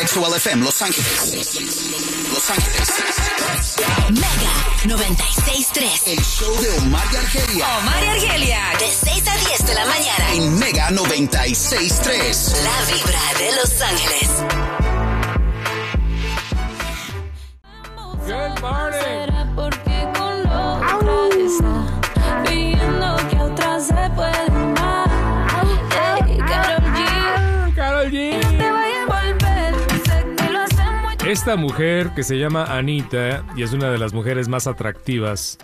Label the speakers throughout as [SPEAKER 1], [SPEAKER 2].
[SPEAKER 1] Actual FM Los Ángeles. Los Ángeles.
[SPEAKER 2] Mega 96.3.
[SPEAKER 1] El show de Omar y Argelia.
[SPEAKER 2] Omar y Argelia. De 6 a 10 de la mañana.
[SPEAKER 1] En Mega 96.3.
[SPEAKER 2] La vibra de Los Ángeles.
[SPEAKER 3] Good morning.
[SPEAKER 4] Será porque con la otra está pidiendo que otra se puede amar. Ey, Karol G,
[SPEAKER 3] Carol G.
[SPEAKER 4] te voy a envolver. Sé que lo hacemos y-
[SPEAKER 3] Esta mujer que se llama Anita y es una de las mujeres más atractivas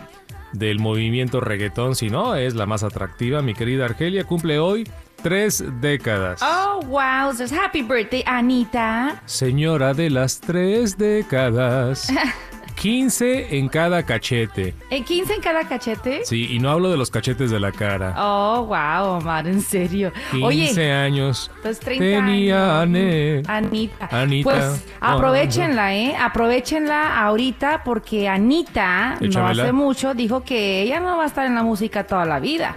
[SPEAKER 3] del movimiento reggaetón, si no es la más atractiva, mi querida Argelia, cumple hoy tres décadas.
[SPEAKER 5] Oh, wow. So it's happy birthday, Anita.
[SPEAKER 3] Señora de las tres décadas. 15 en cada cachete.
[SPEAKER 5] ¿En 15 Eh, en cada cachete?
[SPEAKER 3] Sí, y no hablo de los cachetes de la cara.
[SPEAKER 5] Oh, wow, Omar, en serio.
[SPEAKER 3] 15
[SPEAKER 5] Oye,
[SPEAKER 3] años.
[SPEAKER 5] pues 30
[SPEAKER 3] tenía Ane.
[SPEAKER 5] años. Anita.
[SPEAKER 3] Anita.
[SPEAKER 5] Pues
[SPEAKER 3] Ah.
[SPEAKER 5] aprovechenla, ¿eh? Aprovechenla ahorita porque Anita
[SPEAKER 3] Échamela.
[SPEAKER 5] no hace mucho dijo que ella no va a estar en la música toda la vida.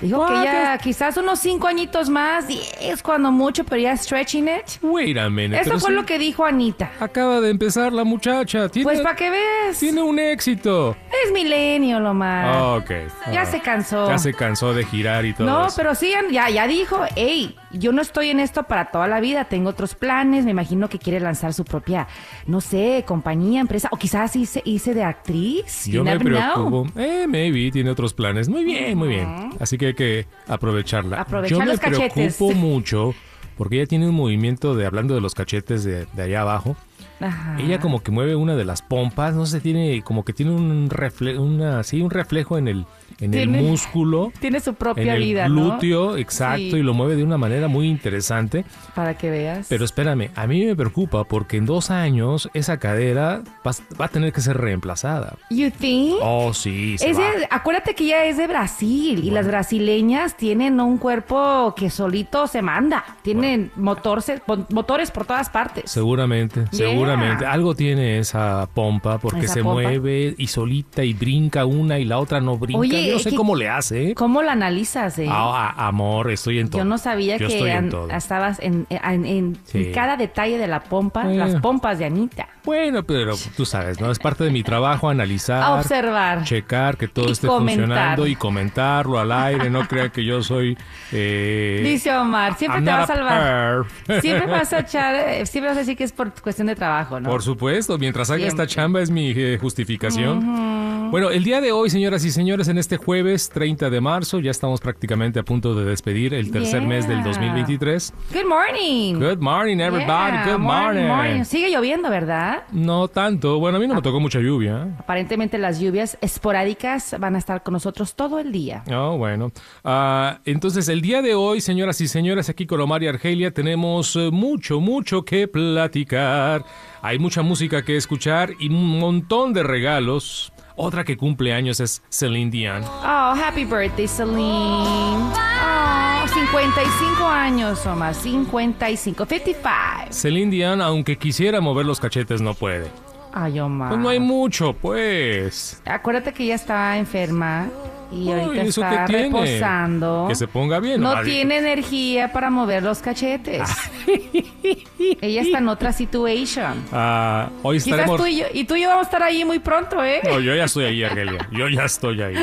[SPEAKER 5] Dijo que
[SPEAKER 3] What?
[SPEAKER 5] ella quizás unos cinco añitos más, es cuando mucho, pero ya stretching it.
[SPEAKER 3] Wait a minute.
[SPEAKER 5] Eso
[SPEAKER 3] pero
[SPEAKER 5] fue
[SPEAKER 3] sí,
[SPEAKER 5] lo que dijo Anita.
[SPEAKER 3] Acaba de empezar la muchacha. Tiene,
[SPEAKER 5] Pues para que veas,
[SPEAKER 3] tiene un éxito.
[SPEAKER 5] es milenio, Omar.
[SPEAKER 3] Ah, ok.
[SPEAKER 5] Ya
[SPEAKER 3] Ah.
[SPEAKER 5] se cansó.
[SPEAKER 3] Ya se cansó de girar y todo.
[SPEAKER 5] No,
[SPEAKER 3] eso.
[SPEAKER 5] pero sí, ya, ya dijo, hey, yo no estoy en esto para toda la vida, tengo otros planes, me imagino que quiere lanzar su propia, no sé, compañía, empresa, o quizás hice, hice de actriz.
[SPEAKER 3] Yo
[SPEAKER 5] you
[SPEAKER 3] me
[SPEAKER 5] never know.
[SPEAKER 3] preocupo. Eh, maybe tiene otros planes. Muy bien, muy bien. Así que hay que aprovecharla.
[SPEAKER 5] Aprovechar
[SPEAKER 3] Yo me
[SPEAKER 5] los cachetes.
[SPEAKER 3] preocupo mucho porque ella tiene un movimiento de hablando de los cachetes de, de allá abajo.
[SPEAKER 5] Ajá.
[SPEAKER 3] Ella como que mueve una de las pompas, no sé, tiene como que tiene un reflejo, una, sí, un reflejo en el, en el
[SPEAKER 5] Tiene-
[SPEAKER 3] músculo.
[SPEAKER 5] Tiene su
[SPEAKER 3] En
[SPEAKER 5] propia
[SPEAKER 3] el
[SPEAKER 5] vida, ¿no?
[SPEAKER 3] glúteo, exacto,
[SPEAKER 5] Sí.
[SPEAKER 3] y lo mueve de una manera muy interesante.
[SPEAKER 5] Para que veas.
[SPEAKER 3] Pero espérame, a mí me preocupa porque en dos años esa cadera va, va a tener que ser reemplazada.
[SPEAKER 5] You think?
[SPEAKER 3] Oh, sí, se
[SPEAKER 5] Es
[SPEAKER 3] va.
[SPEAKER 5] de- acuérdate que ella es de Brasil y las brasileñas tienen un cuerpo que solito se manda. Tienen motores, pon- motores por todas partes.
[SPEAKER 3] Seguramente,
[SPEAKER 5] Yeah.
[SPEAKER 3] seguramente. Algo tiene esa pompa porque
[SPEAKER 5] Esa
[SPEAKER 3] se
[SPEAKER 5] pompa.
[SPEAKER 3] mueve y solita y brinca una y la otra no brinca.
[SPEAKER 5] Oye,
[SPEAKER 3] Yo no
[SPEAKER 5] es
[SPEAKER 3] sé
[SPEAKER 5] que-
[SPEAKER 3] cómo le hace. ¿eh?
[SPEAKER 5] ¿Cómo la analizas, eh?
[SPEAKER 3] Ah, ah, amor, estoy en todo.
[SPEAKER 5] Yo no sabía
[SPEAKER 3] Yo
[SPEAKER 5] que
[SPEAKER 3] estoy en
[SPEAKER 5] an-
[SPEAKER 3] todo.
[SPEAKER 5] estabas en, en- en
[SPEAKER 3] Sí.
[SPEAKER 5] cada detalle de la pompa,
[SPEAKER 3] Bueno.
[SPEAKER 5] las pompas de Anita.
[SPEAKER 3] Bueno, pero tú sabes, ¿no? Es parte de mi trabajo analizar.
[SPEAKER 5] A observar.
[SPEAKER 3] Checar que todo
[SPEAKER 5] Y
[SPEAKER 3] esté
[SPEAKER 5] comentar.
[SPEAKER 3] funcionando y comentarlo al aire. No crean que yo soy. eh,
[SPEAKER 5] Dice Omar, siempre
[SPEAKER 3] I'm
[SPEAKER 5] te
[SPEAKER 3] not
[SPEAKER 5] va a
[SPEAKER 3] a
[SPEAKER 5] salvar.
[SPEAKER 3] perf.
[SPEAKER 5] Siempre vas a echar, eh, siempre vas a decir que es por cuestión de trabajo, ¿no?
[SPEAKER 3] Por supuesto, mientras haga
[SPEAKER 5] Siempre.
[SPEAKER 3] esta chamba es mi eh, justificación. Bueno, el día de hoy, señoras y señores, en este jueves 30 de marzo, ya estamos prácticamente a punto de despedir el tercer
[SPEAKER 5] Yeah.
[SPEAKER 3] mes del 2023.
[SPEAKER 5] Good morning.
[SPEAKER 3] Good morning, everybody.
[SPEAKER 5] Yeah,
[SPEAKER 3] Good morning.
[SPEAKER 5] Sigue lloviendo, ¿verdad?
[SPEAKER 3] No tanto. Bueno, a mí no me tocó mucha lluvia.
[SPEAKER 5] Aparentemente las lluvias esporádicas van a estar con nosotros todo el día.
[SPEAKER 3] Oh, bueno. Ah, entonces, el día de hoy, señoras y señores, aquí con Omar y Argelia tenemos eh, mucho, mucho que platicar. Hay mucha música que escuchar y un montón de regalos. Otra que cumple años es Celine Dion.
[SPEAKER 5] Oh, happy birthday, Celine. Oh, 55 años, Omar. 55. 55.
[SPEAKER 3] Celine Dion, aunque quisiera mover los cachetes, no puede.
[SPEAKER 5] Ay, Omar.
[SPEAKER 3] Pues no hay mucho, pues.
[SPEAKER 5] Acuérdate que ella está enferma y
[SPEAKER 3] Ay,
[SPEAKER 5] ahorita
[SPEAKER 3] ¿eso
[SPEAKER 5] está
[SPEAKER 3] qué tiene?
[SPEAKER 5] reposando.
[SPEAKER 3] Que se ponga bien, Ah.
[SPEAKER 5] No
[SPEAKER 3] Mari.
[SPEAKER 5] tiene energía para mover los cachetes. ella está en otra situation.
[SPEAKER 3] Ah, hoy
[SPEAKER 5] Quizás
[SPEAKER 3] estaremos.
[SPEAKER 5] tú y yo, y tú y yo vamos a estar ahí muy pronto, ¿eh?
[SPEAKER 3] No, yo ya estoy ahí, Argelia. Yo ya estoy ahí.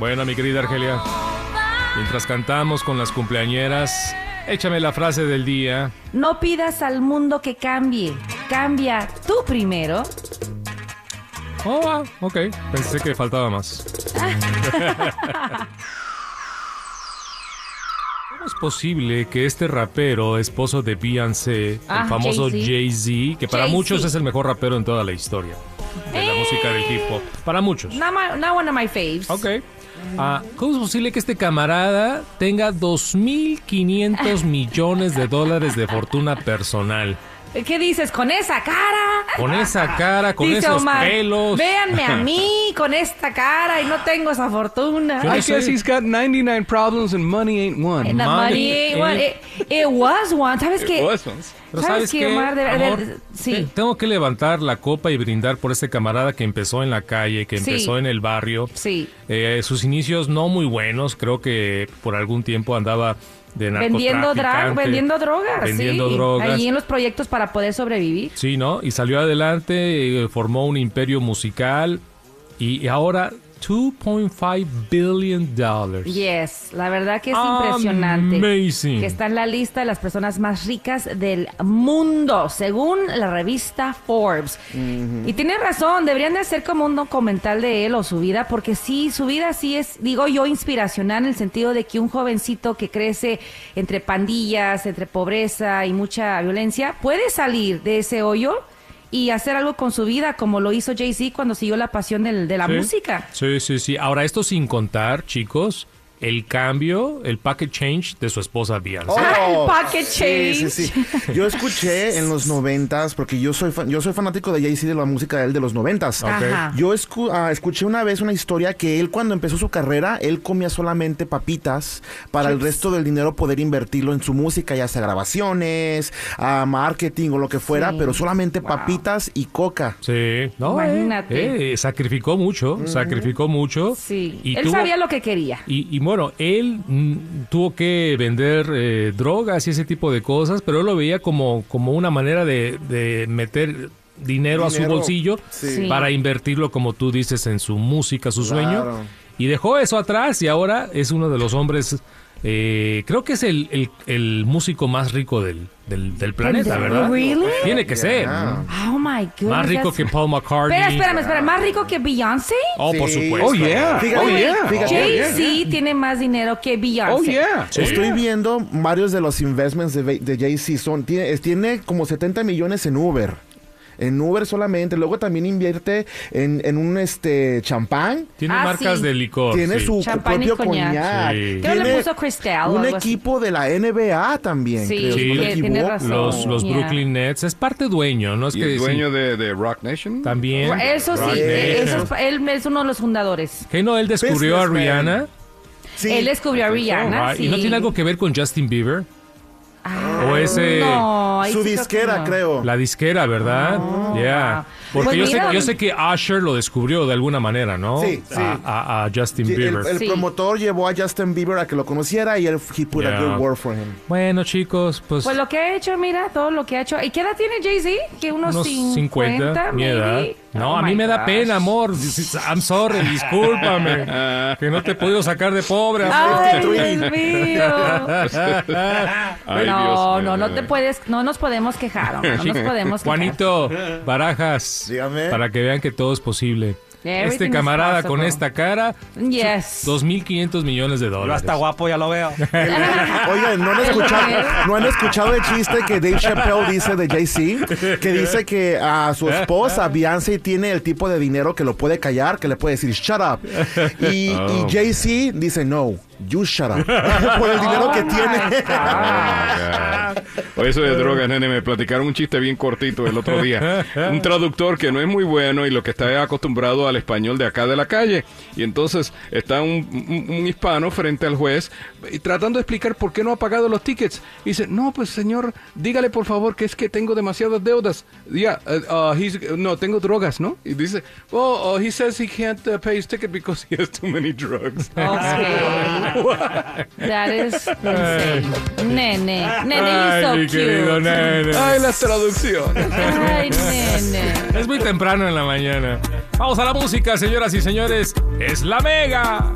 [SPEAKER 3] Bueno, mi querida Argelia, mientras cantamos con las cumpleañeras, échame la frase del día.
[SPEAKER 5] No pidas al mundo que cambie. Cambia tú primero.
[SPEAKER 3] Oh, ah, ok. Pensé que faltaba más. ¿Cómo es posible que este rapero, esposo de Beyoncé,
[SPEAKER 5] Ah,
[SPEAKER 3] el famoso
[SPEAKER 5] Jay-Z.
[SPEAKER 3] Jay-Z, que para
[SPEAKER 5] Jay-Z. Eh.
[SPEAKER 3] muchos es el mejor rapero en toda la historia de la música del hip hop, para muchos.
[SPEAKER 5] Not, my- not one of my faves.
[SPEAKER 3] Ok. Ah, ¿Cómo es posible que este camarada tenga 2.500 millones de dólares de fortuna personal?
[SPEAKER 5] ¿Qué dices? ¿Con esa cara?
[SPEAKER 3] Con esa cara, con
[SPEAKER 5] Dice
[SPEAKER 3] esos
[SPEAKER 5] Omar,
[SPEAKER 3] pelos.
[SPEAKER 5] Véanme a mí con esta cara y no tengo esa fortuna.
[SPEAKER 3] Yo no
[SPEAKER 6] I
[SPEAKER 3] sé.
[SPEAKER 6] guess he's got 99 problems and money ain't one.
[SPEAKER 5] And the
[SPEAKER 3] Money
[SPEAKER 5] money ain't one.
[SPEAKER 3] ain't-
[SPEAKER 5] It, it was one. ¿Sabes qué?
[SPEAKER 6] It was once.
[SPEAKER 3] Pero
[SPEAKER 5] eh, ¿Sabes qué, Omar? De- de-
[SPEAKER 3] amor?
[SPEAKER 5] de- sí.
[SPEAKER 3] Te- Tengo que levantar la copa y brindar por este camarada que empezó en la calle, que
[SPEAKER 5] Sí.
[SPEAKER 3] empezó en el barrio.
[SPEAKER 5] Sí.
[SPEAKER 3] Eh, sus inicios no muy buenos, creo que por algún tiempo andaba de
[SPEAKER 5] Vendiendo drag,
[SPEAKER 3] narcotraficante,
[SPEAKER 5] vendiendo drogas.
[SPEAKER 3] Vendiendo
[SPEAKER 5] sí.
[SPEAKER 3] drogas.
[SPEAKER 5] Allí en los proyectos para poder sobrevivir.
[SPEAKER 3] Sí, ¿no? Y salió adelante, eh, formó un imperio musical y ahora 2.5 billion dollars.
[SPEAKER 5] Yes, la verdad que es impresionante.
[SPEAKER 3] Amazing.
[SPEAKER 5] Que está en la lista de las personas más ricas del mundo, según la revista Forbes. Y tiene razón, deberían de hacer como un documental de él o su vida, porque sí, su vida sí es, digo yo, inspiracional en el sentido de que un jovencito que crece entre pandillas, entre pobreza y mucha violencia, puede salir de ese hoyo y hacer algo con su vida, como lo hizo Jay-Z cuando siguió la pasión del- de la
[SPEAKER 3] Sí.
[SPEAKER 5] música.
[SPEAKER 3] Sí, sí, sí. Ahora, esto sin contar, chicos, el cambio, el packet change de su esposa Beyoncé.
[SPEAKER 5] Oh. Ay, pocket
[SPEAKER 7] sí,
[SPEAKER 5] change.
[SPEAKER 7] sí, sí. Yo escuché en los noventas, porque yo soy fan- yo soy fanático de Jay-Z de la música de él de los noventas.
[SPEAKER 5] Ajá.
[SPEAKER 7] Yo escu- ah, escuché una vez una historia que él cuando empezó su carrera, él comía solamente papitas para el resto del dinero poder invertirlo en su música, ya sea grabaciones, a marketing o lo que fuera, pero solamente papitas y coca.
[SPEAKER 3] Sí, no, eh,
[SPEAKER 5] Imagínate.
[SPEAKER 3] eh, sacrificó mucho, sacrificó mucho.
[SPEAKER 5] Sí,
[SPEAKER 3] Y
[SPEAKER 5] él
[SPEAKER 3] tuvo-
[SPEAKER 5] sabía lo que quería.
[SPEAKER 3] Y, y bueno, él mm, tuvo que vender eh, drogas y ese tipo de cosas, pero él lo veía como, como una manera de, de meter dinero, a su
[SPEAKER 7] Dinero,
[SPEAKER 3] bolsillo
[SPEAKER 7] sí.
[SPEAKER 5] Sí.
[SPEAKER 3] para invertirlo, como tú dices, en su música, su
[SPEAKER 7] Claro.
[SPEAKER 3] sueño. Y dejó eso atrás y ahora es uno de los hombres, eh, creo que es el, el- el músico más rico del, del, del planeta, ¿verdad?
[SPEAKER 5] Really?
[SPEAKER 3] Tiene que ser.
[SPEAKER 7] Yeah.
[SPEAKER 3] ¿no?
[SPEAKER 5] Oh my god.
[SPEAKER 3] Más rico que Paul McCartney.
[SPEAKER 5] Espera, espérame, espera, más rico que Beyoncé.
[SPEAKER 3] Oh, por
[SPEAKER 7] Sí.
[SPEAKER 3] supuesto.
[SPEAKER 6] Oh, yeah.
[SPEAKER 7] Fíjate,
[SPEAKER 6] oh, yeah.
[SPEAKER 7] fíjate.
[SPEAKER 5] Jay-Z tiene más dinero que Beyoncé.
[SPEAKER 6] Oh, yeah.
[SPEAKER 3] Sí.
[SPEAKER 7] Estoy viendo varios de los investments de, Ve- de Jay-Z. Son, tiene, es- tiene como 70 millones en Uber. En Uber solamente. Luego también invierte en, en un este champán.
[SPEAKER 3] Tiene
[SPEAKER 5] Ah,
[SPEAKER 3] marcas
[SPEAKER 5] sí.
[SPEAKER 3] de licor.
[SPEAKER 7] Tiene
[SPEAKER 3] sí.
[SPEAKER 7] su
[SPEAKER 5] Champán y
[SPEAKER 7] propio
[SPEAKER 5] coñac.
[SPEAKER 7] coñac.
[SPEAKER 3] Sí.
[SPEAKER 5] Creo le
[SPEAKER 7] Tiene
[SPEAKER 5] puso Cristal o
[SPEAKER 7] Un
[SPEAKER 5] algo así.
[SPEAKER 7] equipo de la NBA también.
[SPEAKER 5] Sí, eh,
[SPEAKER 7] creo, si no me
[SPEAKER 3] tiene-
[SPEAKER 5] tiene
[SPEAKER 7] equivoco.
[SPEAKER 5] razón.
[SPEAKER 3] Los, los
[SPEAKER 5] Yeah.
[SPEAKER 3] Brooklyn Nets es parte dueño, ¿no? Es
[SPEAKER 8] Y
[SPEAKER 3] que
[SPEAKER 8] el
[SPEAKER 3] sí,
[SPEAKER 8] dueño de, de Rock Nation.
[SPEAKER 3] también.
[SPEAKER 5] Eso sí,
[SPEAKER 3] Rock
[SPEAKER 5] eh,
[SPEAKER 3] Nation.
[SPEAKER 5] eso es- él es uno de los fundadores.
[SPEAKER 3] Que no, él descubrió a
[SPEAKER 7] Businessman.
[SPEAKER 3] Rihanna.
[SPEAKER 7] Sí.
[SPEAKER 5] Él descubrió a Rihanna.
[SPEAKER 3] Ah, ¿Y no
[SPEAKER 5] sí.
[SPEAKER 3] tiene algo que ver con Justin Bieber?
[SPEAKER 5] Ah,
[SPEAKER 3] o ese-
[SPEAKER 5] no, ahí
[SPEAKER 7] Su
[SPEAKER 5] sí
[SPEAKER 7] disquera,
[SPEAKER 5] que no.
[SPEAKER 7] creo.
[SPEAKER 3] La disquera, ¿verdad? Ya.
[SPEAKER 5] wow.
[SPEAKER 3] Porque
[SPEAKER 5] Pues
[SPEAKER 3] yo, sé,
[SPEAKER 5] mira,
[SPEAKER 3] yo sé que Usher lo descubrió de alguna manera, ¿no?
[SPEAKER 7] Sí, sí.
[SPEAKER 3] A, a- a Justin
[SPEAKER 7] Sí,
[SPEAKER 3] Bieber.
[SPEAKER 7] El, el
[SPEAKER 5] Sí.
[SPEAKER 7] promotor llevó a Justin Bieber a que lo conociera y él he put
[SPEAKER 3] Yeah.
[SPEAKER 7] a good word for him.
[SPEAKER 3] Bueno, chicos, pues,
[SPEAKER 5] Pues lo que ha hecho, mira, todo lo que ha hecho. ¿Y qué edad tiene Jay-Z? Que unos,
[SPEAKER 3] unos 50,
[SPEAKER 5] 50
[SPEAKER 3] mi edad.
[SPEAKER 5] maybe?
[SPEAKER 3] No,
[SPEAKER 5] Oh
[SPEAKER 3] a mí
[SPEAKER 5] my
[SPEAKER 3] me da
[SPEAKER 5] gosh.
[SPEAKER 3] pena, amor. I'm sorry, discúlpame. que no te he podido sacar de pobre. amor.
[SPEAKER 5] Ay,
[SPEAKER 6] Este,
[SPEAKER 5] Dios mío.
[SPEAKER 8] Ay,
[SPEAKER 5] no,
[SPEAKER 8] Dios.
[SPEAKER 5] no, no
[SPEAKER 8] Eh,
[SPEAKER 5] te puedes, no nos podemos quejar, hombre, no nos podemos quejar.
[SPEAKER 3] Juanito Barajas,
[SPEAKER 7] Dígame.
[SPEAKER 3] para que vean que todo es posible.
[SPEAKER 5] Everything
[SPEAKER 3] este
[SPEAKER 5] is
[SPEAKER 3] camarada con
[SPEAKER 5] possible.
[SPEAKER 3] esta cara,
[SPEAKER 5] Yes.
[SPEAKER 3] 2.500 millones de
[SPEAKER 9] Yo
[SPEAKER 3] dólares.
[SPEAKER 9] hasta guapo ya lo veo.
[SPEAKER 7] Oigan, ¿no han, escuchado, ¿no han escuchado el chiste que Dave Chappelle dice de Jay-Z? Que dice que a su esposa, Beyoncé, tiene el tipo de dinero que lo puede callar, que le puede decir shut up. Y, y Jay-Z dice no, you shut up. Por el dinero que
[SPEAKER 5] Oh, my
[SPEAKER 7] tiene.
[SPEAKER 8] Ah, o eso de drogas, nene, me platicaron un chiste bien cortito el otro día. Un traductor que no es muy bueno y lo que está acostumbrado al español de acá de la calle. Y entonces está un, un- un hispano frente al juez y tratando de explicar por qué no ha pagado los tickets. Y dice, no, pues señor, dígale por favor que es que tengo demasiadas deudas. Ya, uh, uh, he's- no, tengo drogas, ¿no? Y dice, oh, uh, he says he can't uh, pay his ticket because he has too many drugs.
[SPEAKER 5] Ah. Oh, Ok. That is insane. Nene, nene,
[SPEAKER 3] Ay,
[SPEAKER 5] you're so
[SPEAKER 3] mi
[SPEAKER 5] cute.
[SPEAKER 3] querido nene.
[SPEAKER 8] Ay, las traducciones.
[SPEAKER 5] Ay, nene.
[SPEAKER 3] Es muy temprano en la mañana. Vamos a la música, señoras y señores. Es la mega.